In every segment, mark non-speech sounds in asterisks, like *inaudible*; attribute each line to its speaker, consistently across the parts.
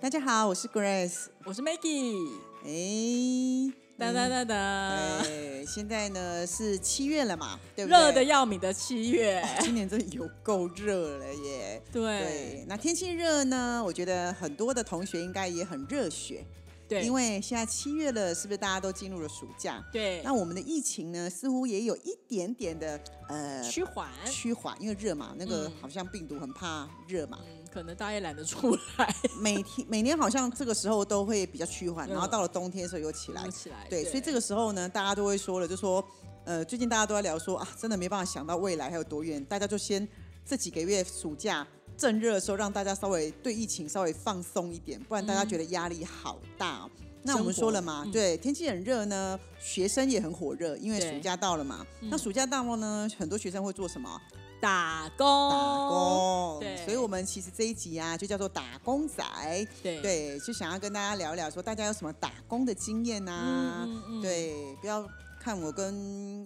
Speaker 1: 大家好，我是 Grace。
Speaker 2: 我是 Maggie，
Speaker 1: 哎，
Speaker 2: 哒哒哒哒，
Speaker 1: 哎，现在呢是七月了嘛，对不对？
Speaker 2: 热的要命的七月，
Speaker 1: *laughs* 今年真的有够热了耶！ *laughs* 对
Speaker 2: 对，
Speaker 1: 那天气热呢，我觉得很多的同学应该也很热血，
Speaker 2: 对，
Speaker 1: 因为现在七月了，是不是大家都进入了暑假？
Speaker 2: 对
Speaker 1: 那我们的疫情呢，似乎也有一点点的呃
Speaker 2: 趋缓，
Speaker 1: 趋缓，因为热嘛，那个
Speaker 2: 嗯
Speaker 1: 好像病毒很怕热嘛，
Speaker 2: 嗯，可能大家也懒得出
Speaker 1: *laughs*
Speaker 2: 来，
Speaker 1: 每天每年好像这个时候都会比较趋缓，
Speaker 2: *laughs* 嗯
Speaker 1: 然后到了冬天的时候又起来
Speaker 2: 忙，起来，
Speaker 1: 对，所以这个时候呢，大家都会说了，就说，呃，最近大家都在聊说啊，真的没办法想到未来还有多远，大家就先这几个月暑假正热的时候，让大家稍微对疫情稍微放松一点，不然大家觉得压力好大哦、那我们说了嘛，
Speaker 2: 嗯生活嗯
Speaker 1: 对，天气很热呢，学生也很火热，因为
Speaker 2: 对嗯
Speaker 1: 暑假到了嘛。那暑假到了呢，很多学生会做什么？
Speaker 2: 打工，
Speaker 1: 打工。
Speaker 2: 哦对
Speaker 1: 所以我们其实这一集啊，就叫做打工仔。
Speaker 2: 对
Speaker 1: 对，就想要跟大家聊一聊，说大家有什么打工的经验呐、啊？
Speaker 2: 嗯嗯嗯
Speaker 1: 对，不要看我跟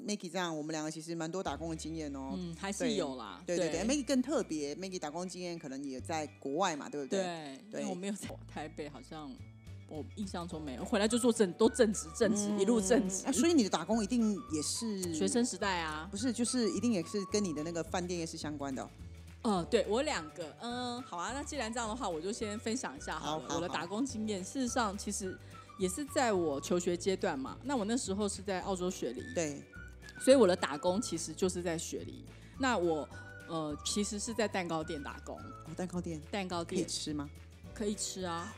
Speaker 1: Maggie 这样，我们两个其实蛮多打工的经验哦。
Speaker 2: 嗯，还是
Speaker 1: 对
Speaker 2: 有啦，
Speaker 1: 对对
Speaker 2: 对
Speaker 1: 对，Maggie 更特别，Maggie 打工经验可能也在国外嘛，对不对？
Speaker 2: 对，因
Speaker 1: 对
Speaker 2: 为我没有在台北，好像我印象中没有，回来就做正，都正职，正职一路正职
Speaker 1: 啊，，所以你的打工一定也是
Speaker 2: 学，生时代啊，
Speaker 1: 不是就是一定也是跟你的那个饭店业是相关的哦、
Speaker 2: 呃，对我两个，嗯，好啊。那既然这样的话，我就先分享一下好了
Speaker 1: 好好
Speaker 2: 我的
Speaker 1: 好
Speaker 2: 打工经验。事实上，其实也是在我求学阶段嘛。那我那时候是在澳洲雪梨，
Speaker 1: 对，
Speaker 2: 所以我的打工其实就是在雪梨。那我呃，其实是在蛋糕店打工，
Speaker 1: 哦，蛋糕店
Speaker 2: 蛋糕
Speaker 1: 可以
Speaker 2: 店
Speaker 1: 吃吗？
Speaker 2: 可以吃啊，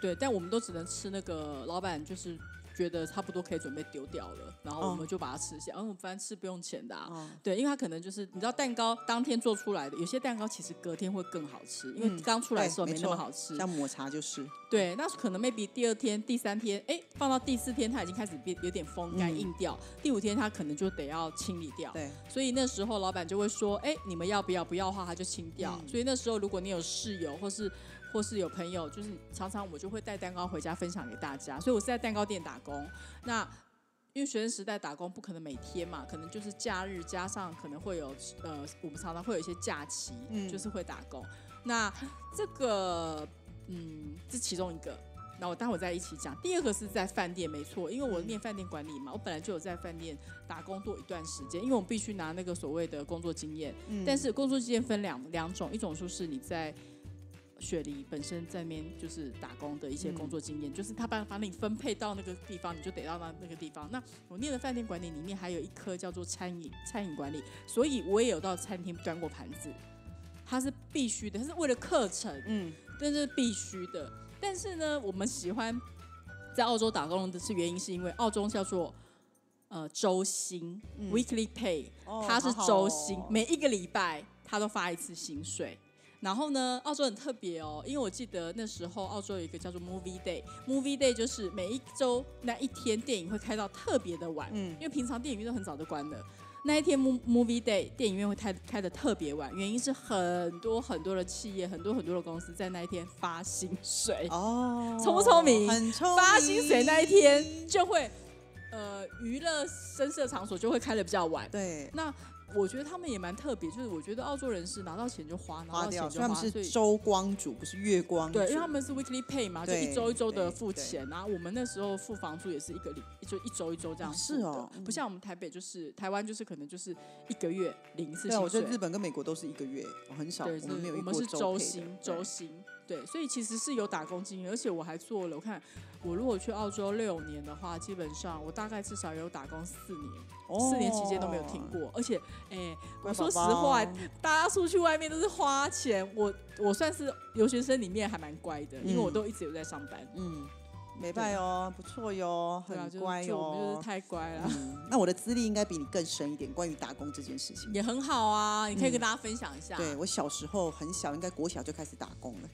Speaker 2: 对，但我们都只能吃那个老板就是。觉得差不多可以准备丢掉了，然后我们就把它吃下。嗯，反正吃不用钱的、啊，
Speaker 1: 哦，
Speaker 2: 对，因为它可能就是你知道，蛋糕当天做出来的，有些蛋糕其实隔天会更好吃，因为刚出来的时候
Speaker 1: 嗯对
Speaker 2: 没那么
Speaker 1: 没错
Speaker 2: 好吃。
Speaker 1: 像抹茶就是，
Speaker 2: 对，那可能 maybe 第二天、第三天，哎，放到第四天它已经开始变有点风干
Speaker 1: 嗯
Speaker 2: 硬掉，第五天它可能就得要清理掉。
Speaker 1: 对，
Speaker 2: 所以那时候老板就会说，哎，你们要不要？不要的话，他就清掉。
Speaker 1: 嗯
Speaker 2: 所以那时候如果你有室友或是或是有朋友，就是常常我就会带蛋糕回家分享给大家。所以我是在蛋糕店打工。那因为学生时代打工不可能每天嘛，可能就是假日加上可能会有呃，我们常常会有一些假期，
Speaker 1: 嗯
Speaker 2: 就是会打工。那这个嗯，这其中一个。那我待会再一起讲。第二个是在饭店，没错，因为我念饭店管理嘛，我本来就有在饭店打工过一段时间，因为我必须拿那个所谓的工作经验。
Speaker 1: 嗯
Speaker 2: 但是工作经验分两两种，一种就是你在雪梨本身在那边就是打工的一些工作经验，就是他把把你分配到那个地方，你就得到那那个地方。那我念的饭店管理里面还有一科叫做餐饮餐饮管理，所以我也有到餐厅端过盘子，它是必须的，它是为了课程。
Speaker 1: 嗯，
Speaker 2: 这是必须的。但是呢，我们喜欢在澳洲打工的是原因，是因为澳洲叫做呃周薪、
Speaker 1: 嗯
Speaker 2: （weekly pay），
Speaker 1: 哦
Speaker 2: 它是周薪，
Speaker 1: 好好哦
Speaker 2: 每一个礼拜它都发一次薪水。然后呢，澳洲很特别哦，因为我记得那时候澳洲有一个叫做 Movie Day，Movie Day 就是每一周那一天电影会开到特别的晚，
Speaker 1: 嗯
Speaker 2: 因为平常电影院都很早就关了。那一天 mo- Movie Day 电影院会开开的特别晚，原因是很多很多的企业、很多很多的公司在那一天发薪水，
Speaker 1: 哦，
Speaker 2: 聪不聪明
Speaker 1: 很聪明，
Speaker 2: 发薪水那一天就会，呃，娱乐声色场所就会开的比较晚。
Speaker 1: 对，
Speaker 2: 那我觉得他们也蛮特别，就是我觉得澳洲人是拿到钱就花，拿
Speaker 1: 花
Speaker 2: 到
Speaker 1: 掉，
Speaker 2: 钱
Speaker 1: 所以
Speaker 2: 就
Speaker 1: 他
Speaker 2: 花，
Speaker 1: 们
Speaker 2: 所
Speaker 1: 是
Speaker 2: 以
Speaker 1: 周光主，不是月光主。
Speaker 2: 对，因为他们是 weekly pay 嘛，就
Speaker 1: 对
Speaker 2: 一周一周
Speaker 1: 对
Speaker 2: 的付
Speaker 1: 对
Speaker 2: 钱啊。我们那时候付房租也是一个礼，就一周一周这
Speaker 1: 哦
Speaker 2: 样付
Speaker 1: 是
Speaker 2: 的
Speaker 1: 哦嗯
Speaker 2: 不像我们台北就是台湾就是可能就是一个月领一次
Speaker 1: 对啊，我
Speaker 2: 薪
Speaker 1: 觉
Speaker 2: 水
Speaker 1: 得。日本跟美国都是一个月，我很少，
Speaker 2: 对，
Speaker 1: 我们没有
Speaker 2: 我
Speaker 1: 遇
Speaker 2: 们
Speaker 1: 过
Speaker 2: 是周
Speaker 1: 配
Speaker 2: 薪
Speaker 1: 的，
Speaker 2: 周薪。对，所以其实是有打工经验，而且我还做了。我看我如果去澳洲六年的话，基本上我大概至少有打工四年，四年期间都没有停。
Speaker 1: 对
Speaker 2: 过。而且，哎，
Speaker 1: 哦乖
Speaker 2: 我说实
Speaker 1: 宝嗯宝
Speaker 2: 话，大家出去外面都是花钱，我我算是留学生里面还蛮乖的，因为我
Speaker 1: 嗯
Speaker 2: 都一直有在上班。
Speaker 1: 嗯，没办哦，不错哟，
Speaker 2: 对啊，
Speaker 1: 很
Speaker 2: 就是
Speaker 1: 乖
Speaker 2: 就我们就
Speaker 1: 哟
Speaker 2: 是。太乖了，
Speaker 1: 嗯那我的资历应该比你更深一点，关于打工这件事情。
Speaker 2: *laughs* 也很好啊，你可以跟大家分享一下。
Speaker 1: 对，我小时候很小，应该国小就开始打工了。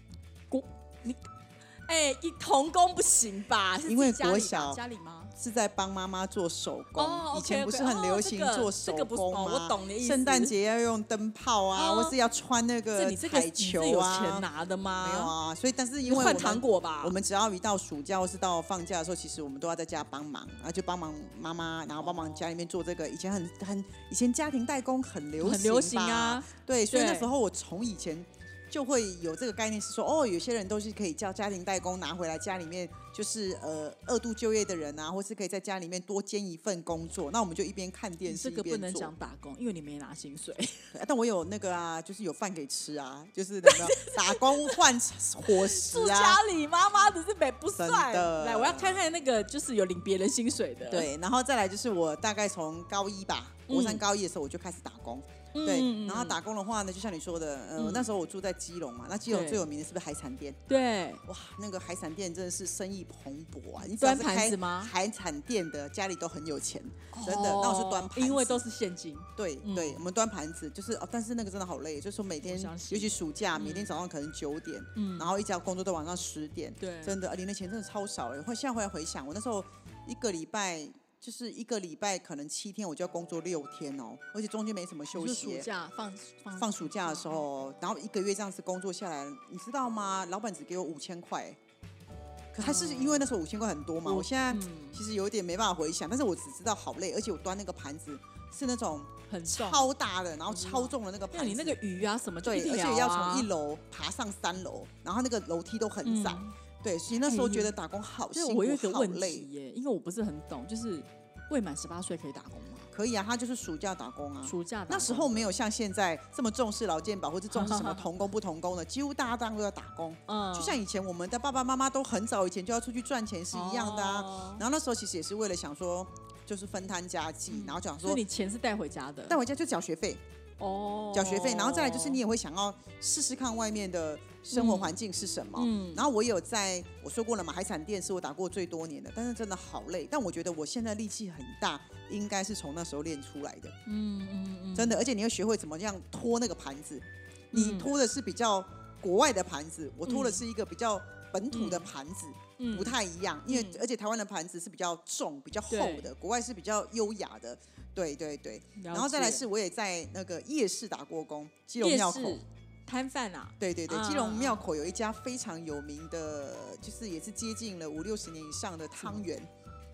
Speaker 2: 哎、对，一童工不行吧？是自己
Speaker 1: 因为
Speaker 2: 家里
Speaker 1: 国
Speaker 2: 吧
Speaker 1: 小
Speaker 2: 家里吗？
Speaker 1: 是在帮妈妈做手工。
Speaker 2: 哦，OK，OK，
Speaker 1: 以前不是很流行
Speaker 2: 哦这个
Speaker 1: 做手
Speaker 2: 这个不是
Speaker 1: 工吗？
Speaker 2: 哦我懂你的意思
Speaker 1: 圣诞节要用灯泡啊，
Speaker 2: 哦
Speaker 1: 或是要穿那
Speaker 2: 这
Speaker 1: 个
Speaker 2: 你这个
Speaker 1: 彩
Speaker 2: 你是
Speaker 1: 球
Speaker 2: 有
Speaker 1: 啊。
Speaker 2: 钱拿的吗？
Speaker 1: 没有啊，所以但是
Speaker 2: 你
Speaker 1: 因为我
Speaker 2: 换
Speaker 1: 们
Speaker 2: 糖果吧。
Speaker 1: 我们只要一到暑假或是到放假的时候，其实我们都要在家帮忙，然后就帮忙妈妈，然后帮忙家里面做这个。以前很很，以前家庭代工很流行，
Speaker 2: 很流行啊。，
Speaker 1: 对，所以
Speaker 2: 对
Speaker 1: 那时候我从以前就会有这个概念，是说哦，有些人都是可以叫家庭代工拿回来家里面，就是呃二度就业的人啊，或是可以在家里面多兼一份工作。那我们就一边看电
Speaker 2: 你
Speaker 1: 视
Speaker 2: 这
Speaker 1: 一
Speaker 2: 个
Speaker 1: 边做。
Speaker 2: 不能讲打工，因为你没拿薪水。
Speaker 1: 对但我有那个啊，就是有饭给吃啊，就是有没有 *laughs* 打工换 *laughs* 伙食
Speaker 2: 住
Speaker 1: 啊
Speaker 2: 家？里妈妈只是没不算。
Speaker 1: 真的
Speaker 2: 来，我要看看那个就是有领别人薪水的。
Speaker 1: 对，然后再来就是我大概从高一吧，国三
Speaker 2: 嗯
Speaker 1: 高一的时候我就开始打工。
Speaker 2: 嗯，
Speaker 1: 对，然后打工的话呢，就像你说的，呃，
Speaker 2: 嗯
Speaker 1: 那时候我住在基隆嘛，那基隆
Speaker 2: 对
Speaker 1: 最有名的是不是海产店？
Speaker 2: 对
Speaker 1: 哇，那个海产店真的是生意蓬勃啊！你只要是
Speaker 2: 端盘
Speaker 1: 开
Speaker 2: 子吗
Speaker 1: 海产店的家里都很有钱，真的。那我是端盘子，
Speaker 2: 哦因为都是现金。
Speaker 1: 对、
Speaker 2: 嗯
Speaker 1: 对，我们端盘子就是哦，但是那个真的好累，就是说每天，
Speaker 2: 我
Speaker 1: 尤
Speaker 2: 相信
Speaker 1: 其暑假，每天早上可能九点，
Speaker 2: 嗯，
Speaker 1: 然后一直要工作到晚上十点，
Speaker 2: 对，
Speaker 1: 真的，呃领的钱真的超少哎！会现在回来回想，我那时候一个礼拜。就是一个礼拜可能七天，我就要工作六天哦，而且中间没什么休
Speaker 2: 就
Speaker 1: 息
Speaker 2: 暑
Speaker 1: 耶。
Speaker 2: 假嗯放放
Speaker 1: 放暑假的时候，然后一个月这样子工作下来，你知道吗？老板只给我五千块，欸可还是因为那时候五千块很多嘛。
Speaker 2: 嗯
Speaker 1: 我现在
Speaker 2: 嗯
Speaker 1: 其实有点没办法回想，但是我只知道好累，而且我端那个盘子是那种
Speaker 2: 很重。
Speaker 1: 超大的，然后
Speaker 2: 我知道
Speaker 1: 超重的那个盘
Speaker 2: 那
Speaker 1: 子。
Speaker 2: 你那个鱼啊什么就
Speaker 1: 对
Speaker 2: 一，定
Speaker 1: 而
Speaker 2: 聊啊
Speaker 1: 且要从一楼爬上三楼，然后那个楼梯都很窄。
Speaker 2: 嗯
Speaker 1: 对，所以那时候觉得打工好
Speaker 2: 就是
Speaker 1: 辛苦，
Speaker 2: 我有一个
Speaker 1: 好
Speaker 2: 问
Speaker 1: 累
Speaker 2: 题。耶，因为我不是很懂，就是未满十八岁可以打工吗？
Speaker 1: 可以啊，他就是暑假打工啊。
Speaker 2: 暑假打工
Speaker 1: 那时候没有像现在这么重视劳健保，或是重视什么童工不童工的，几乎大家当然都要打工。
Speaker 2: 嗯
Speaker 1: 就像以前我们的爸爸妈妈都很早以前就要出去赚钱是一样的啊。
Speaker 2: 哦
Speaker 1: 然后那时候其实也是为了想说，就是分摊家计，然后讲
Speaker 2: 嗯所以
Speaker 1: 说
Speaker 2: 你钱是带回家的
Speaker 1: 带回家就缴学费，
Speaker 2: 哦，
Speaker 1: 缴学费，然后再来就是你也会想要试试看外面的生活环境是什么。
Speaker 2: 嗯
Speaker 1: 然后我有在我说过了嘛，海产店是我打过最多年的，但是真的好累。但我觉得我现在力气很大，应该是从那时候练出来的。
Speaker 2: 嗯嗯嗯，
Speaker 1: 真的，而且你会学会怎么样拖那个盘子。你
Speaker 2: 嗯
Speaker 1: 拖的是比较国外的盘子，我拖的
Speaker 2: 嗯
Speaker 1: 是一个比较本土的盘子，
Speaker 2: 嗯
Speaker 1: 不太一样。因为
Speaker 2: 嗯
Speaker 1: 而且台湾的盘子是比较重、比较厚的，国外是比较优雅的。对对对，
Speaker 2: 了
Speaker 1: 然后再来
Speaker 2: 解
Speaker 1: 是我也在那个夜市打过工，基隆
Speaker 2: 夜
Speaker 1: 庙
Speaker 2: 市
Speaker 1: 口。
Speaker 2: 摊贩啊，
Speaker 1: 对对对，
Speaker 2: 啊
Speaker 1: 基隆庙口有一家非常有名的，就是也是接近了五六十年以上的汤圆。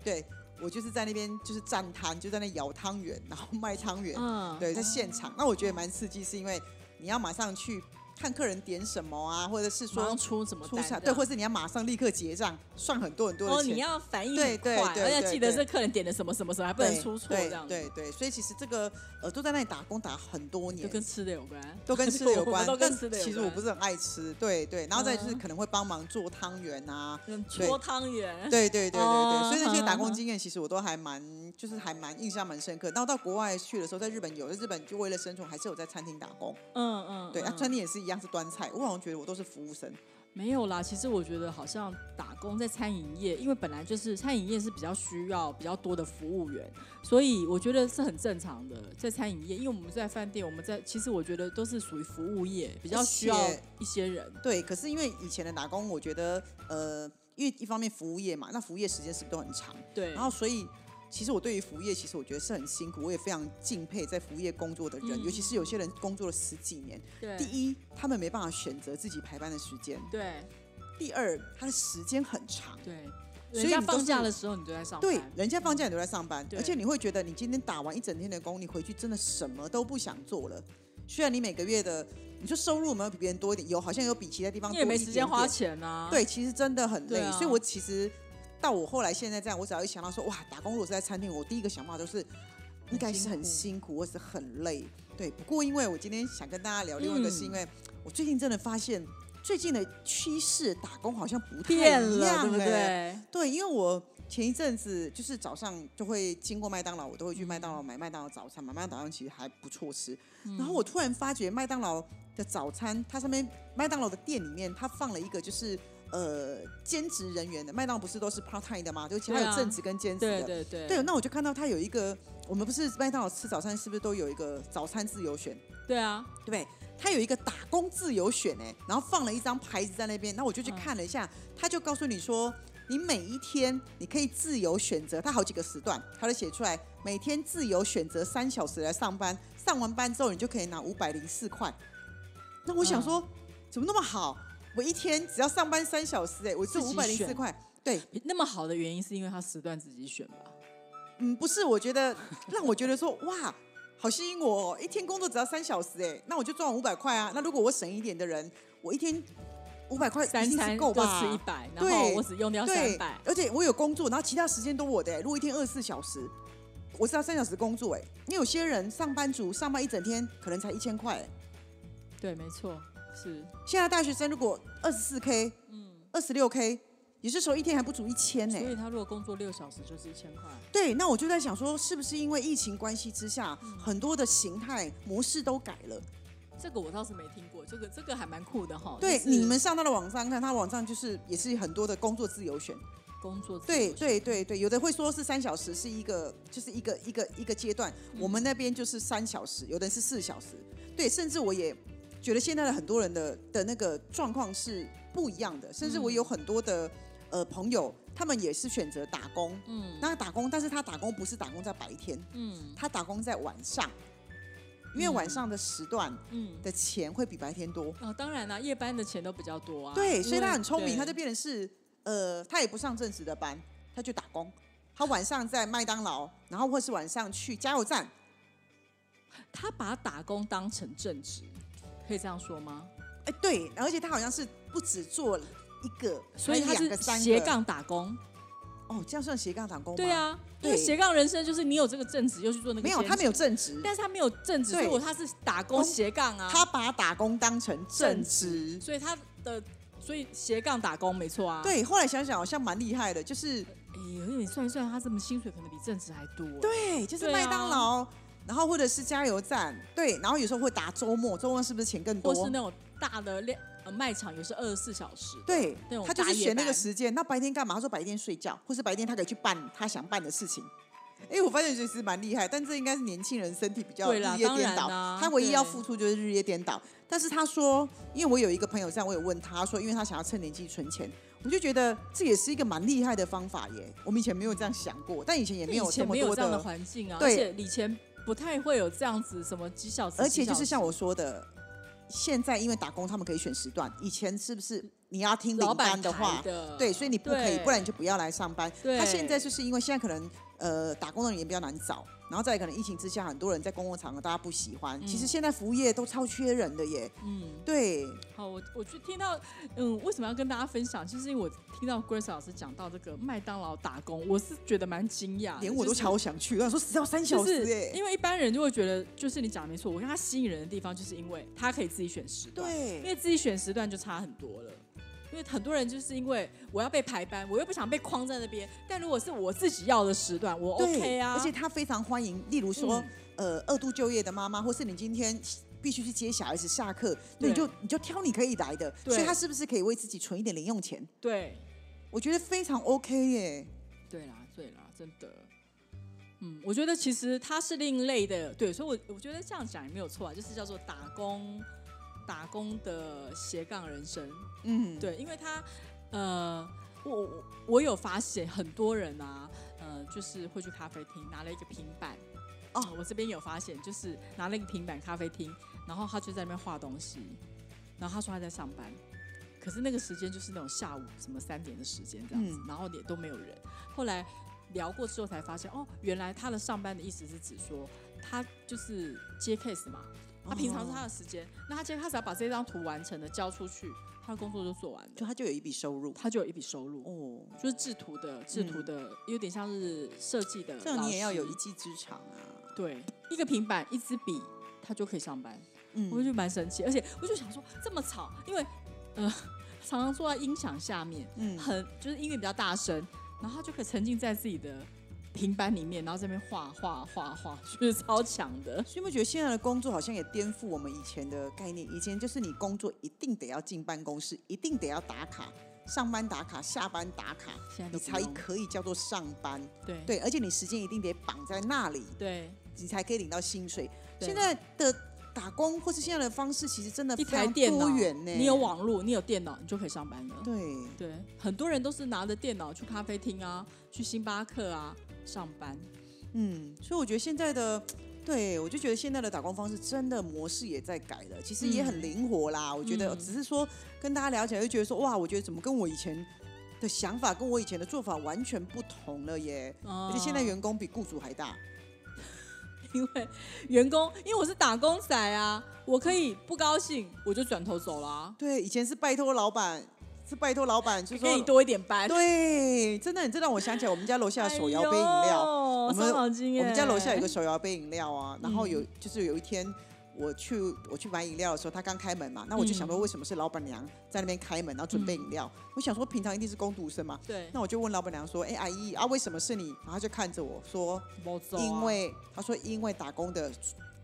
Speaker 1: 对我就是在那边就是站摊，就在那舀汤圆，然后卖汤圆。
Speaker 2: 嗯，
Speaker 1: 对，在现场。那我觉得蛮刺激，是因为你要马上去看客人点什么啊，或者是
Speaker 2: 马上
Speaker 1: 说
Speaker 2: 出什么
Speaker 1: 出
Speaker 2: 单
Speaker 1: 场，
Speaker 2: 这
Speaker 1: 对，
Speaker 2: 样
Speaker 1: 或是你要马上立刻结账，算很多很多
Speaker 2: 哦，
Speaker 1: 的
Speaker 2: 你
Speaker 1: 钱。
Speaker 2: 要反应
Speaker 1: 对
Speaker 2: 很
Speaker 1: 对
Speaker 2: 快，
Speaker 1: 对
Speaker 2: 而且记得
Speaker 1: 对
Speaker 2: 这客人点的什么什么什么，还不
Speaker 1: 对
Speaker 2: 能出错
Speaker 1: 对
Speaker 2: 这样子，
Speaker 1: 对对，所以其实这个呃都在那里打工打很多
Speaker 2: 就
Speaker 1: 年，
Speaker 2: 跟吃的有关，
Speaker 1: 都跟吃的有
Speaker 2: 我们
Speaker 1: 关
Speaker 2: *laughs* 都。跟
Speaker 1: 但
Speaker 2: 吃的有
Speaker 1: 其实
Speaker 2: 关
Speaker 1: 我不是很爱吃，对对。然后再就是
Speaker 2: 嗯
Speaker 1: 可能会帮忙做汤圆啊，
Speaker 2: 嗯搓汤圆，
Speaker 1: 对对对对对，
Speaker 2: 哦
Speaker 1: 所以那些打工
Speaker 2: 哼
Speaker 1: 经验其实我都还蛮，就是还蛮印象蛮深刻。然后到国外去的时候，在日本有，在日本就为了生存，还是有在餐厅打工。
Speaker 2: 嗯嗯，
Speaker 1: 对，啊，
Speaker 2: 嗯
Speaker 1: 餐厅也是一样是端菜，我好像觉得我都是服务生。
Speaker 2: 没有啦，其实我觉得好像打工在餐饮业，因为本来就是餐饮业是比较需要比较多的服务员，所以我觉得是很正常的。在餐饮业，因为我们在饭店，我们在其实我觉得都是属于服务业，比较需要
Speaker 1: 而且
Speaker 2: 一些人。
Speaker 1: 对，可是因为以前的打工，我觉得呃，因为一方面服务业嘛，那服务业时间是不是都很长？
Speaker 2: 对，
Speaker 1: 然后所以其实我对于服务业，其实我觉得是很辛苦，我也非常敬佩在服务业工作的人，
Speaker 2: 嗯
Speaker 1: 尤其是有些人工作了十几年。
Speaker 2: 对
Speaker 1: 第一，他们没办法选择自己排班的时间；
Speaker 2: 对
Speaker 1: 第二，他的时间很长。
Speaker 2: 对，
Speaker 1: 所以
Speaker 2: 人家
Speaker 1: 你都
Speaker 2: 放假
Speaker 1: 是
Speaker 2: 的时候你就在上班，
Speaker 1: 对，人家放假你都在上班，
Speaker 2: 对
Speaker 1: 而且你会觉得你今天打完一整天的工，你回去真的什么都不想做了。虽然你每个月的，你说收入有没有比别人多一点？有，好像有比其他地方
Speaker 2: 你
Speaker 1: 多
Speaker 2: 也
Speaker 1: 一
Speaker 2: 没
Speaker 1: 点
Speaker 2: 时间花
Speaker 1: 点
Speaker 2: 钱啊。
Speaker 1: 对，其实真的很累，
Speaker 2: 对啊
Speaker 1: 所以我其实到我后来现在这样，我只要一想到说哇，打工如果是在餐厅，我第一个想法就是应该是很辛苦或是很累。对，不过因为我今天想跟大家聊另外一个，
Speaker 2: 嗯
Speaker 1: 是因为我最近真的发现最近的趋势，打工好像不太
Speaker 2: 变
Speaker 1: 一
Speaker 2: 了，
Speaker 1: 样
Speaker 2: 对不
Speaker 1: 欸
Speaker 2: 对？
Speaker 1: 对，因为我前一阵子就是早上就会经过麦当劳，我都会去麦当劳
Speaker 2: 嗯
Speaker 1: 买麦当劳早餐嘛。麦当劳早餐其实还不错吃。然后我突然发觉麦当劳的早餐，它上面麦当劳的店里面，它放了一个就是呃兼职人员的。麦当劳不是都是 part time 的嘛，就其实它
Speaker 2: 对
Speaker 1: 有
Speaker 2: 啊
Speaker 1: 正职跟兼职
Speaker 2: 对
Speaker 1: 的。
Speaker 2: 对对
Speaker 1: 对，那我就看到它有一个，我们不是麦当劳吃早餐是不是都有一个早餐自由选？
Speaker 2: 对啊！
Speaker 1: 对，它有一个打工自由选哎，然后放了一张牌子在那边，那我就去看了一下，他就告诉你说，你每一天你可以自由选择，它好几个时段，它就写出来，每天自由选择三小时来上班，上完班之后你就可以拿五百零四块。那我想说，怎么那么好？我一天只要上班三小时哎，我这
Speaker 2: 自
Speaker 1: 五
Speaker 2: 己
Speaker 1: 百零四
Speaker 2: 选
Speaker 1: 块，对，
Speaker 2: 那么好的原因是因为他时段自己选吧？
Speaker 1: 嗯，不是，我觉得让我觉得说哇，好吸引我、哦，一天工作只要三小时哎，那我就赚五百块啊。那如果我省一点的人，我一天五百块
Speaker 2: 三
Speaker 1: 呃一定
Speaker 2: 餐
Speaker 1: 是
Speaker 2: 各
Speaker 1: 够吧？
Speaker 2: 吃一百，然后
Speaker 1: 对
Speaker 2: 我只用掉三
Speaker 1: 对
Speaker 2: 百，，
Speaker 1: 而且我有工作，然后其他时间都我的哎。如果一天二十四小时，我是要三小时工作哎，因为有些人上班族上班一整天可能才一千块哎。
Speaker 2: 对，没错，是
Speaker 1: 现在大学生如果二十四 k，嗯，二十六 k，有些时候一天还不足一千欸呢
Speaker 2: 所。以他如果工作六小时就是一千块，
Speaker 1: 对，那我就在想说，是不是因为疫情关系之下，
Speaker 2: 嗯
Speaker 1: 很多的形态模式都改了？
Speaker 2: 哦这个我倒是没听过，这个这个还蛮酷的哈。
Speaker 1: 对，
Speaker 2: 就是
Speaker 1: 你们上他的网站看，他网站就是也是很多的工作自由选。
Speaker 2: 工作自
Speaker 1: 对
Speaker 2: 由
Speaker 1: 对对对，有的会说是三小时是一个，就是一个一个一个阶段。
Speaker 2: 嗯
Speaker 1: 我们那边就是三小时，有的人是四小时。对，甚至我也觉得现在的很多人的的那个状况是不一样的，甚
Speaker 2: 嗯
Speaker 1: 至我有很多的呃朋友，他们也是选择打工。
Speaker 2: 嗯
Speaker 1: 那打工，但是他打工不是打工在白天，
Speaker 2: 嗯
Speaker 1: 他打工在晚上，因为晚上的时段
Speaker 2: 嗯，
Speaker 1: 的钱会比白天多。
Speaker 2: 哦，当然啦，夜班的钱都比较多啊。因
Speaker 1: 对，
Speaker 2: 为
Speaker 1: 所以他很聪明，
Speaker 2: 对
Speaker 1: 他就变成是呃，他也不上正职的班，他去打工。他晚上在麦当劳，然后或是晚上去加油站，
Speaker 2: 他把打工当成正职，可以这样说吗？
Speaker 1: 哎，对，而且他好像是不止做一个，
Speaker 2: 所以
Speaker 1: 还哎
Speaker 2: 他
Speaker 1: 两个
Speaker 2: 是
Speaker 1: 三个
Speaker 2: 斜杠打工，
Speaker 1: 哦，这样算斜杠打工吗？
Speaker 2: 对，啊，因
Speaker 1: 对
Speaker 2: 为斜杠人生就是你有这个正职，又去做那个
Speaker 1: 没有，
Speaker 2: 兼
Speaker 1: 他没有
Speaker 2: 职，
Speaker 1: 正职，
Speaker 2: 但是他啊没有正职，所以
Speaker 1: 对
Speaker 2: 我他是打工
Speaker 1: 工
Speaker 2: 斜杠啊，
Speaker 1: 他把打工当成正职。
Speaker 2: 所以他的所以斜杠打工没错啊。
Speaker 1: 对，后来想想好像蛮厉害的，就是
Speaker 2: 哎，因为你算一算，他这么薪水可能比正职还多。
Speaker 1: 对，就是
Speaker 2: 对啊
Speaker 1: 麦当劳，然后或者是加油站，对，然后有时候会打周末，周末是不是钱更多？
Speaker 2: 或是那种大的量呃卖场也是二十四小时。
Speaker 1: 对
Speaker 2: 那种，
Speaker 1: 他就是
Speaker 2: 大夜
Speaker 1: 选那个
Speaker 2: 班
Speaker 1: 时间。那白天干嘛？他说白天睡觉，或是白天他可以去办他想办的事情。哎，我发现其实蛮厉害，但这应该是年轻人身体比较
Speaker 2: 对
Speaker 1: 日
Speaker 2: 啦
Speaker 1: 夜
Speaker 2: 当
Speaker 1: 颠
Speaker 2: 然
Speaker 1: 倒。
Speaker 2: 啦
Speaker 1: 他唯一要
Speaker 2: 对
Speaker 1: 付出就是日夜颠倒。但是他说，因为我有一个朋友这样，我有问他说，因为他想要趁年轻存钱，我就觉得这也是一个蛮厉害的方法耶。我们以前没有这样想过，但以前也没
Speaker 2: 以
Speaker 1: 有这
Speaker 2: 前
Speaker 1: 么
Speaker 2: 没有
Speaker 1: 多
Speaker 2: 这样的
Speaker 1: 的。
Speaker 2: 环境啊，而
Speaker 1: 对
Speaker 2: 且以前不太会有这样子什么几小时，
Speaker 1: 而且
Speaker 2: 几小
Speaker 1: 就
Speaker 2: 时
Speaker 1: 是像我说的，现在因为打工他们可以选时段，以前是不是你要听
Speaker 2: 老
Speaker 1: 领
Speaker 2: 板
Speaker 1: 班的话
Speaker 2: 排，的
Speaker 1: 对，所以你不可以，
Speaker 2: 对
Speaker 1: 不然你就不要来上班。
Speaker 2: 对
Speaker 1: 他现在就是因为现在可能呃打工的人也比较难找，然后再来可能疫情之下，很多人在公共场合大家不喜欢。其实现在服务业都超缺人的耶。
Speaker 2: 嗯，
Speaker 1: 对，
Speaker 2: 好，我我就听到，嗯，为什么要跟大家分享？就是因为我听到 Grace 老师讲到这个麦当劳打工，我是觉得蛮惊讶的，
Speaker 1: 连我都
Speaker 2: 啊就是
Speaker 1: 超想去，我想说只要三小
Speaker 2: 就
Speaker 1: 时
Speaker 2: 是
Speaker 1: 耶。
Speaker 2: 因为一般人就会觉得，就是你讲的没错，我跟他吸引人的地方，就是因为他可以自己选时段，因
Speaker 1: 对，
Speaker 2: 为自己选时段就差很多了。因为很多人就是因为我要被排班，我又不想被框在那边。但如果是我自己要的时段，我
Speaker 1: 对
Speaker 2: OK 啊。嗯
Speaker 1: 而且他非常欢迎，例如说、呃二度就业的妈妈，或是你今天。必须去接小孩子下课，那你
Speaker 2: 对
Speaker 1: 就你就挑你可以来的，
Speaker 2: 对
Speaker 1: 所以他是不是可以为自己存一点零用钱？
Speaker 2: 对，
Speaker 1: 我觉得非常 OK 耶。
Speaker 2: 对啦，对啦，真的。嗯，我觉得其实它是另类的，对，所以我我觉得这样讲也没有错啊，就是叫做打工，打工的斜杠人生，
Speaker 1: 嗯，
Speaker 2: 对，因为他，呃，我我我有发现很多人啊，呃，就是会去咖啡厅拿了一个平板，
Speaker 1: 哦
Speaker 2: 呃我这边有发现，就是拿了一个平板咖啡厅，然后他就在那边画东西，然后他说他在上班，可是那个时间就是那种下午什么三点的时间这样子，
Speaker 1: 嗯
Speaker 2: 然后也都没有人，后来。聊过之后才发现，哦，原来他的上班的意思是指说，他就是接 case 嘛，他平
Speaker 1: 哦
Speaker 2: 常是他的时间，那他今天他只要把这张图完成了交出去，他的工作就做完
Speaker 1: 就
Speaker 2: 了，
Speaker 1: 他就有一笔收入
Speaker 2: 他就有一笔收入。
Speaker 1: 哦。嗯
Speaker 2: 就是制图的，制图的、有点像是设计的老师，
Speaker 1: 这样你也要有一技之长啊。
Speaker 2: 对一个平板一支笔，他就可以上班，
Speaker 1: 嗯
Speaker 2: 我就蛮神奇。而且我就想说这么吵，因为呃常常坐在音响下面，
Speaker 1: 嗯
Speaker 2: 很就是音乐比较大声，然后他就可以沉浸在自己的平板里面，然后这边画画画画，就是超强的。
Speaker 1: 所以我觉得现在的工作好像也颠覆我们以前的概念。以前就是你工作一定得要进办公室，一定得要打卡，上班打卡，下班打卡，
Speaker 2: 现在
Speaker 1: 你
Speaker 2: 都不
Speaker 1: 才
Speaker 2: 用
Speaker 1: 可以叫做上班。
Speaker 2: 对
Speaker 1: 对，而且你时间一定得绑在那里，
Speaker 2: 对
Speaker 1: 你才可以领到薪水。
Speaker 2: 对
Speaker 1: 现在的打工或是现在的方式，其实真的
Speaker 2: 一
Speaker 1: 非
Speaker 2: 台
Speaker 1: 常
Speaker 2: 电脑，
Speaker 1: 多元呢。
Speaker 2: 你有网络，你有电脑，你就可以上班了。
Speaker 1: 对，
Speaker 2: 对，很多人都是拿着电脑去咖啡厅啊，去星巴克啊上班。
Speaker 1: 嗯，所以我觉得现在的，对我就觉得现在的打工方式真的模式也在改了，其实也很
Speaker 2: 嗯
Speaker 1: 灵活啦。我觉得
Speaker 2: 嗯
Speaker 1: 只是说跟大家聊起来，就觉得说哇，我觉得怎么跟我以前的想法跟我以前的做法完全不同了耶。
Speaker 2: 而
Speaker 1: 而且现在员工比雇主还大，
Speaker 2: 嗯因为员工，因为我是打工仔啊，我可以不高兴我就转头走了、啊，
Speaker 1: 对，以前是拜托老板，是拜托老板，就
Speaker 2: 哎给你
Speaker 1: 说
Speaker 2: 多一点班。
Speaker 1: 对，真的，你这让我想起来我们家楼
Speaker 2: 哎
Speaker 1: 下的手摇杯饮料。
Speaker 2: 料
Speaker 1: 我们
Speaker 2: 伤脑筋耶。
Speaker 1: 我们家楼下
Speaker 2: 哎
Speaker 1: 有个手摇杯饮料啊，然后
Speaker 2: 嗯
Speaker 1: 有就是有一天我去我去买饮料的时候，他刚开门嘛，那我就想说为什么是老板娘在那边开门，然后准备饮料？我想说平常一定是工读生嘛，
Speaker 2: 对，
Speaker 1: 那我就问老板娘说，哎、阿姨啊，为什么是你？然后她就看着我说，
Speaker 2: 没走啊
Speaker 1: 因为她说因为打工的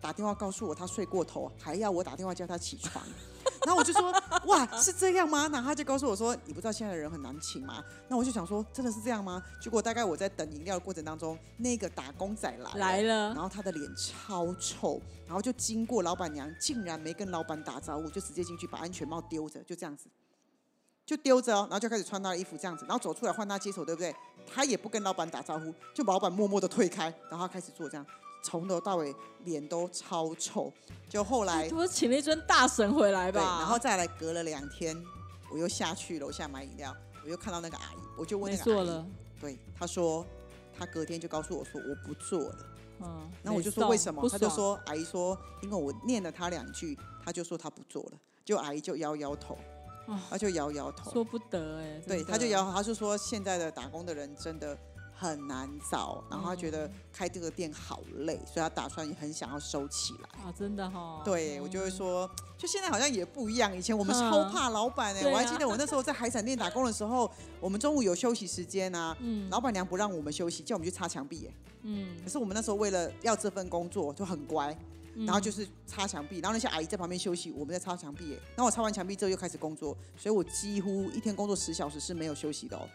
Speaker 1: 打电话告诉我他睡过头，还要我打电话叫他起床。 *laughs* 然后我就说哇是这样吗？然后他就告诉我说你不知道现在的人很难请吗？那我就想说真的是这样吗？结果大概我在等饮料的过程当中，那个打工仔来
Speaker 2: 来了
Speaker 1: 然，后他的脸超臭，然后就经过老板娘，竟然没跟老板打招呼，就直接进去把安全帽丢着，就这样子，就丢着哦，然后就开始穿他的衣服这样子，然后走出来换他接手，对不对？他也不跟老板打招呼，就把老板默默的推开，然后他开始做这样，从头到尾脸都超臭。就后来
Speaker 2: 多请了一尊大神回来
Speaker 1: 对，
Speaker 2: 吧。
Speaker 1: 然后再来隔了两天，我又下去楼下买饮料，我又看到那个阿姨，我就问
Speaker 2: 没
Speaker 1: 那个
Speaker 2: 做
Speaker 1: 阿姨，
Speaker 2: 了，
Speaker 1: 对，她说她隔天就告诉我说我不做了。
Speaker 2: 嗯，
Speaker 1: 然后我就说
Speaker 2: 没送
Speaker 1: 为什么？
Speaker 2: 不
Speaker 1: 他就
Speaker 2: 爽
Speaker 1: 说阿姨说，因为我念了他两句，他就说他不做了，就阿姨就摇摇头
Speaker 2: 啊，
Speaker 1: 他就摇摇头，
Speaker 2: 说不得哎，真
Speaker 1: 对，
Speaker 2: 的
Speaker 1: 他就摇，他就说现在的打工的人真的很难找，然后他觉得
Speaker 2: 嗯
Speaker 1: 开这个店好累，所以他打算也很想要收起来。
Speaker 2: 啊，真的哈。
Speaker 1: 对，我就会说，就现在好像也不一样。以前我们
Speaker 2: 哦嗯
Speaker 1: 超怕老板哎、
Speaker 2: 对啊
Speaker 1: 我还记得我那时候在海产店打工的时候，我们中午有休息时间啊，
Speaker 2: 嗯
Speaker 1: 老板娘不让我们休息，叫我们去擦墙壁哎、
Speaker 2: 嗯
Speaker 1: 可，是我们那时候为了要这份工作就很乖，
Speaker 2: 嗯
Speaker 1: 然后就是擦墙壁，然后那些阿姨在旁边休息，我们在擦墙壁耶。然后我擦完墙壁之后又开始工作，所以我几乎一天工作十小时是没有休息的哦。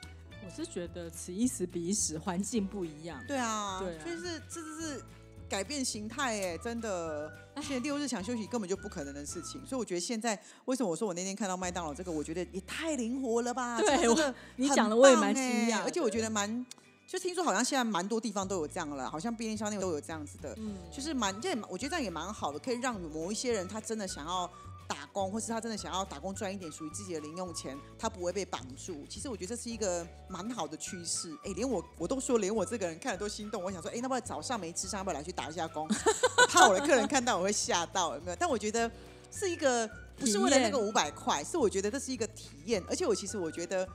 Speaker 2: 我是觉得此一时彼一时，环境不一样。
Speaker 1: 对啊，
Speaker 2: 对啊
Speaker 1: 所以是这就是改变形态哎，真的。现在六日想休息根本就不可能的事情，所以我觉得现在为什么我说我那天看到麦当劳这个，我觉得也太灵活了吧？
Speaker 2: 对
Speaker 1: 啊这个真的
Speaker 2: 你
Speaker 1: 很
Speaker 2: 讲的我也
Speaker 1: 棒
Speaker 2: 蛮惊
Speaker 1: 哎
Speaker 2: 讶的，
Speaker 1: 而且我觉得蛮，就听说好像现在蛮多地方都有这样了，好像便利商店都有这样子的。
Speaker 2: 嗯，
Speaker 1: 就是蛮，这也蛮我觉得这样也蛮好的，可以让某一些人他真的想要打工，或是他真的想要打工赚一点属于自己的零用钱，他不会被绑住。其实我觉得这是一个蛮好的趋势。哎，连我我都说，连我这个人看了都心动。我想说，哎，那不然早上没吃上，要不要来去打一下工？ *laughs* 我怕我的客人看到我会吓到，有没有？但我觉得是一个不是为了那个
Speaker 2: 体
Speaker 1: 五百块，是我觉得这是一个体验，而且我其实我觉得。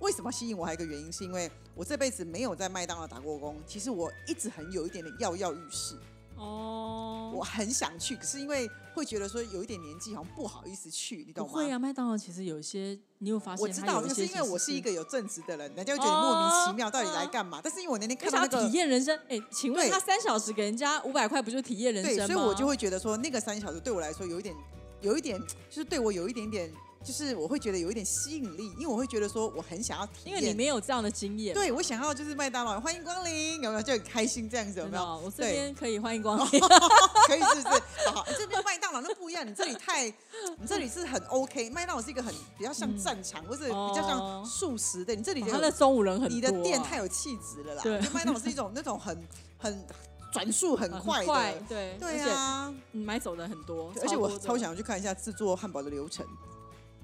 Speaker 1: 为什么吸引我？还有一个原因是因为我这辈子没有在麦当劳打过工，其实我一直很有一点点跃跃欲试。
Speaker 2: 哦，
Speaker 1: 我很想去，可是因为会觉得说有一点年纪，好像不好意思去，你懂
Speaker 2: 不
Speaker 1: 吗？
Speaker 2: 会啊，麦当劳其实有一些，你有发现？
Speaker 1: 我知道，
Speaker 2: 就
Speaker 1: 就是因为我是一个有正直的人，人家会觉得你莫名其妙，
Speaker 2: 哦
Speaker 1: 到底来干嘛？但是因为我那天
Speaker 2: 他
Speaker 1: 看到
Speaker 2: 想
Speaker 1: 那
Speaker 2: 要
Speaker 1: 个
Speaker 2: 体，验人生。哎、请问
Speaker 1: 对
Speaker 2: 他三小时给人家五百块，不就体验人生
Speaker 1: 对，
Speaker 2: 吗？
Speaker 1: 所以我就会觉得说，那个三小时对我来说有一点，有一点，就是对我有一点点，就是我会觉得有一点吸引力，因为我会觉得说我很想要体
Speaker 2: 因为你
Speaker 1: 验。
Speaker 2: 没有这样的经验，
Speaker 1: 对，我想要就是麦当劳，欢迎光临，有没有就很开心这样子，有
Speaker 2: 真
Speaker 1: 没
Speaker 2: 的
Speaker 1: 有？
Speaker 2: 哦，我这
Speaker 1: 对哦
Speaker 2: 边可以欢迎光临。
Speaker 1: 可以是不是？好好，这边麦当劳那不一样，你这里太，你这里是很 OK，麦当劳是一个很比较像战
Speaker 2: 嗯
Speaker 1: 场，或是比较像素食的，你这里
Speaker 2: 他
Speaker 1: 的、
Speaker 2: 哦的中午人很多、啊，
Speaker 1: 你的店太有气质了啦。
Speaker 2: 对
Speaker 1: 就麦当劳是一种那 *laughs* 种很很转速很快
Speaker 2: 很
Speaker 1: 的，
Speaker 2: 快对
Speaker 1: 对啊，
Speaker 2: 而且买走的很多，
Speaker 1: 对而且我超
Speaker 2: 超多的，
Speaker 1: 想要去看一下制作汉堡的流程。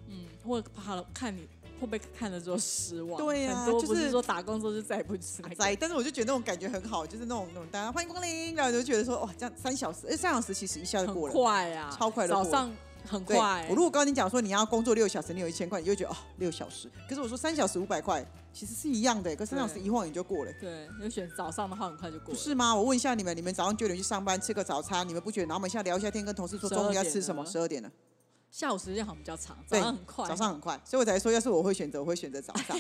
Speaker 2: 嗯，我怕了看你会不会看了之后失望，
Speaker 1: 对啊
Speaker 2: 很多
Speaker 1: 就
Speaker 2: 不
Speaker 1: 是啊
Speaker 2: 是说打工之后就再也不吃那个，
Speaker 1: 在，但是我就觉得那种感觉很好，就是那种那种大家欢迎光临，然后就觉得说哇，哦这样三小时，哎，三小时其实一下就
Speaker 2: 很
Speaker 1: 过了。
Speaker 2: 快啊，
Speaker 1: 超快就过
Speaker 2: 早
Speaker 1: 了
Speaker 2: 上很
Speaker 1: 对，
Speaker 2: 快。
Speaker 1: 我如果跟你讲说你要工作六小时，你有一千块，你就会觉得哦，六小时。可是我说三小时五百块，其实是一样的，可是三小时
Speaker 2: 对
Speaker 1: 一晃眼就过了。
Speaker 2: 对，有选早上的话，很快就过
Speaker 1: 不
Speaker 2: 了。
Speaker 1: 是吗？我问一下你们，你们早上九点去上班吃个早餐，你们不觉得？然后我们现在聊一下天，跟同事说中午要吃什么？十二点了，
Speaker 2: 下午时间好像比较长，早
Speaker 1: 对
Speaker 2: 上很快，啊
Speaker 1: 早上很快，所以我才说，要是我会选择，我会选择早
Speaker 2: *laughs*
Speaker 1: 上。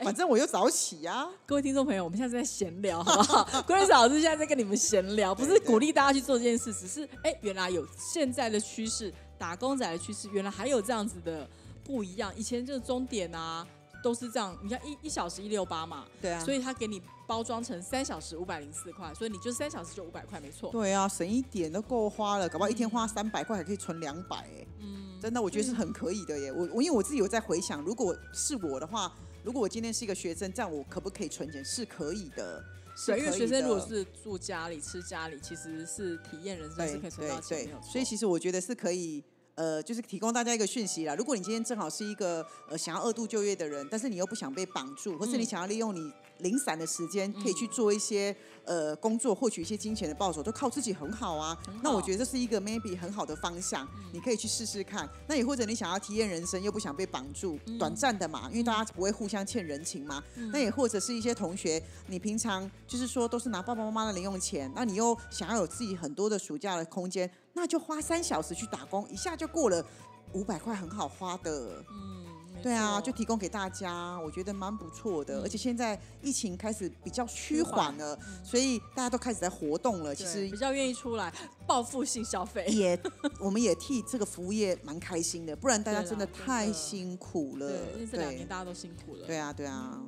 Speaker 1: 反正我又早起呀、
Speaker 2: 各位听众朋友，我们现在是在闲聊，好不 *laughs* 好？郭律师老师现在在跟你们闲聊，不是鼓励大家去做这件事，只是哎，原来有现在的趋势，打工仔的趋势，原来还有这样子的不一样。以前就是钟点啊，都是这样。你看一一小时一六八嘛，
Speaker 1: 对啊，
Speaker 2: 所
Speaker 1: 以
Speaker 2: 以他给你包装成三小时五百零四块，所以你就三小时就五百块，没错。
Speaker 1: 对啊，省一点都够花了，搞不好一天花三百块还可以存两百哎，
Speaker 2: 嗯，
Speaker 1: 真的我觉得是很可以的耶。我我因为我自己有在回想，如果是我的话，如果我今天是一个学生，这样我可不可以存钱？是可以的，是
Speaker 2: 对，因为
Speaker 1: 可以
Speaker 2: 学生如果
Speaker 1: 的
Speaker 2: 是住家里吃家里，其实是体验人生
Speaker 1: 对
Speaker 2: 是可以存到钱，
Speaker 1: 对
Speaker 2: 没有
Speaker 1: 对，
Speaker 2: 错。
Speaker 1: 所以其实我觉得是可以。呃，就是提供大家一个讯息啦。如果你今天正好是一个呃想要二度就业的人，但是你又不想被绑住，或是你
Speaker 2: 嗯
Speaker 1: 想要利用你零散的时间，可以
Speaker 2: 嗯
Speaker 1: 去做一些呃工作，获取一些金钱的报酬，都靠自己很好啊。
Speaker 2: 很
Speaker 1: 那我
Speaker 2: 好嗯
Speaker 1: 觉得这是一个 maybe 很好的方向，你可以去试试看。那也或者你想要体验人生，又不想被绑住，
Speaker 2: 嗯
Speaker 1: 短暂的嘛，因为大家不会互相欠人情嘛。那也或者是一些同学，你平常就是说都是拿爸爸妈妈的零用钱，那你又想要有自己很多的暑假的空间，那就花三小时去打工，一下就过了五百块，很好花的。
Speaker 2: 嗯，没
Speaker 1: 对啊，
Speaker 2: 错
Speaker 1: 就提供给大家，我觉得蛮不错的。
Speaker 2: 嗯
Speaker 1: 而且现在疫情开始比较趋缓了，所以大家都开始在活动了。其
Speaker 2: 对
Speaker 1: 实
Speaker 2: 比较愿意出来报复性消费。
Speaker 1: 也，我们也替这个服务业蛮开心的，不然大家
Speaker 2: 对啦
Speaker 1: 真的
Speaker 2: 真的
Speaker 1: 太辛苦了
Speaker 2: 对，因为。这两
Speaker 1: *laughs* 对，
Speaker 2: 年大家都辛苦了。
Speaker 1: 对啊，对啊，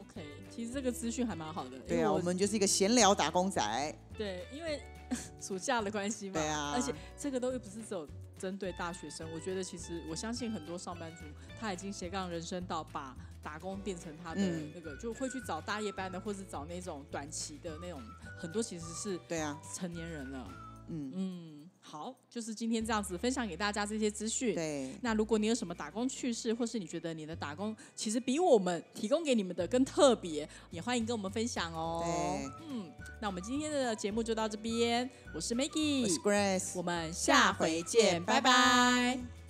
Speaker 2: OK，其实这个资讯还蛮好的。因为
Speaker 1: 对啊，我们就是一个闲聊打工仔。
Speaker 2: 对，因为 *laughs* 暑假的关系嘛，
Speaker 1: 对啊
Speaker 2: 嗯而且这个都又不是只有针对大学生，我觉得其实我相信很多上班族他已经斜杠人生到把打工变成他的
Speaker 1: 嗯
Speaker 2: 那个，就会去找大夜班的，或是找那种短期的那种，很多其实是
Speaker 1: 对啊，
Speaker 2: 成年人了。
Speaker 1: 嗯，
Speaker 2: 嗯，好，就是今天这样子分享给大家这些资讯。
Speaker 1: 对。
Speaker 2: 那如果你有什么打工趣事，或是你觉得你的打工其实比我们提供给你们的更特别，也欢迎跟我们分享哦。
Speaker 1: 对
Speaker 2: 嗯，那我们今天的节目就到这边，我是
Speaker 1: 我是
Speaker 2: Maggie，
Speaker 1: Grace，
Speaker 2: 我们下回见，拜拜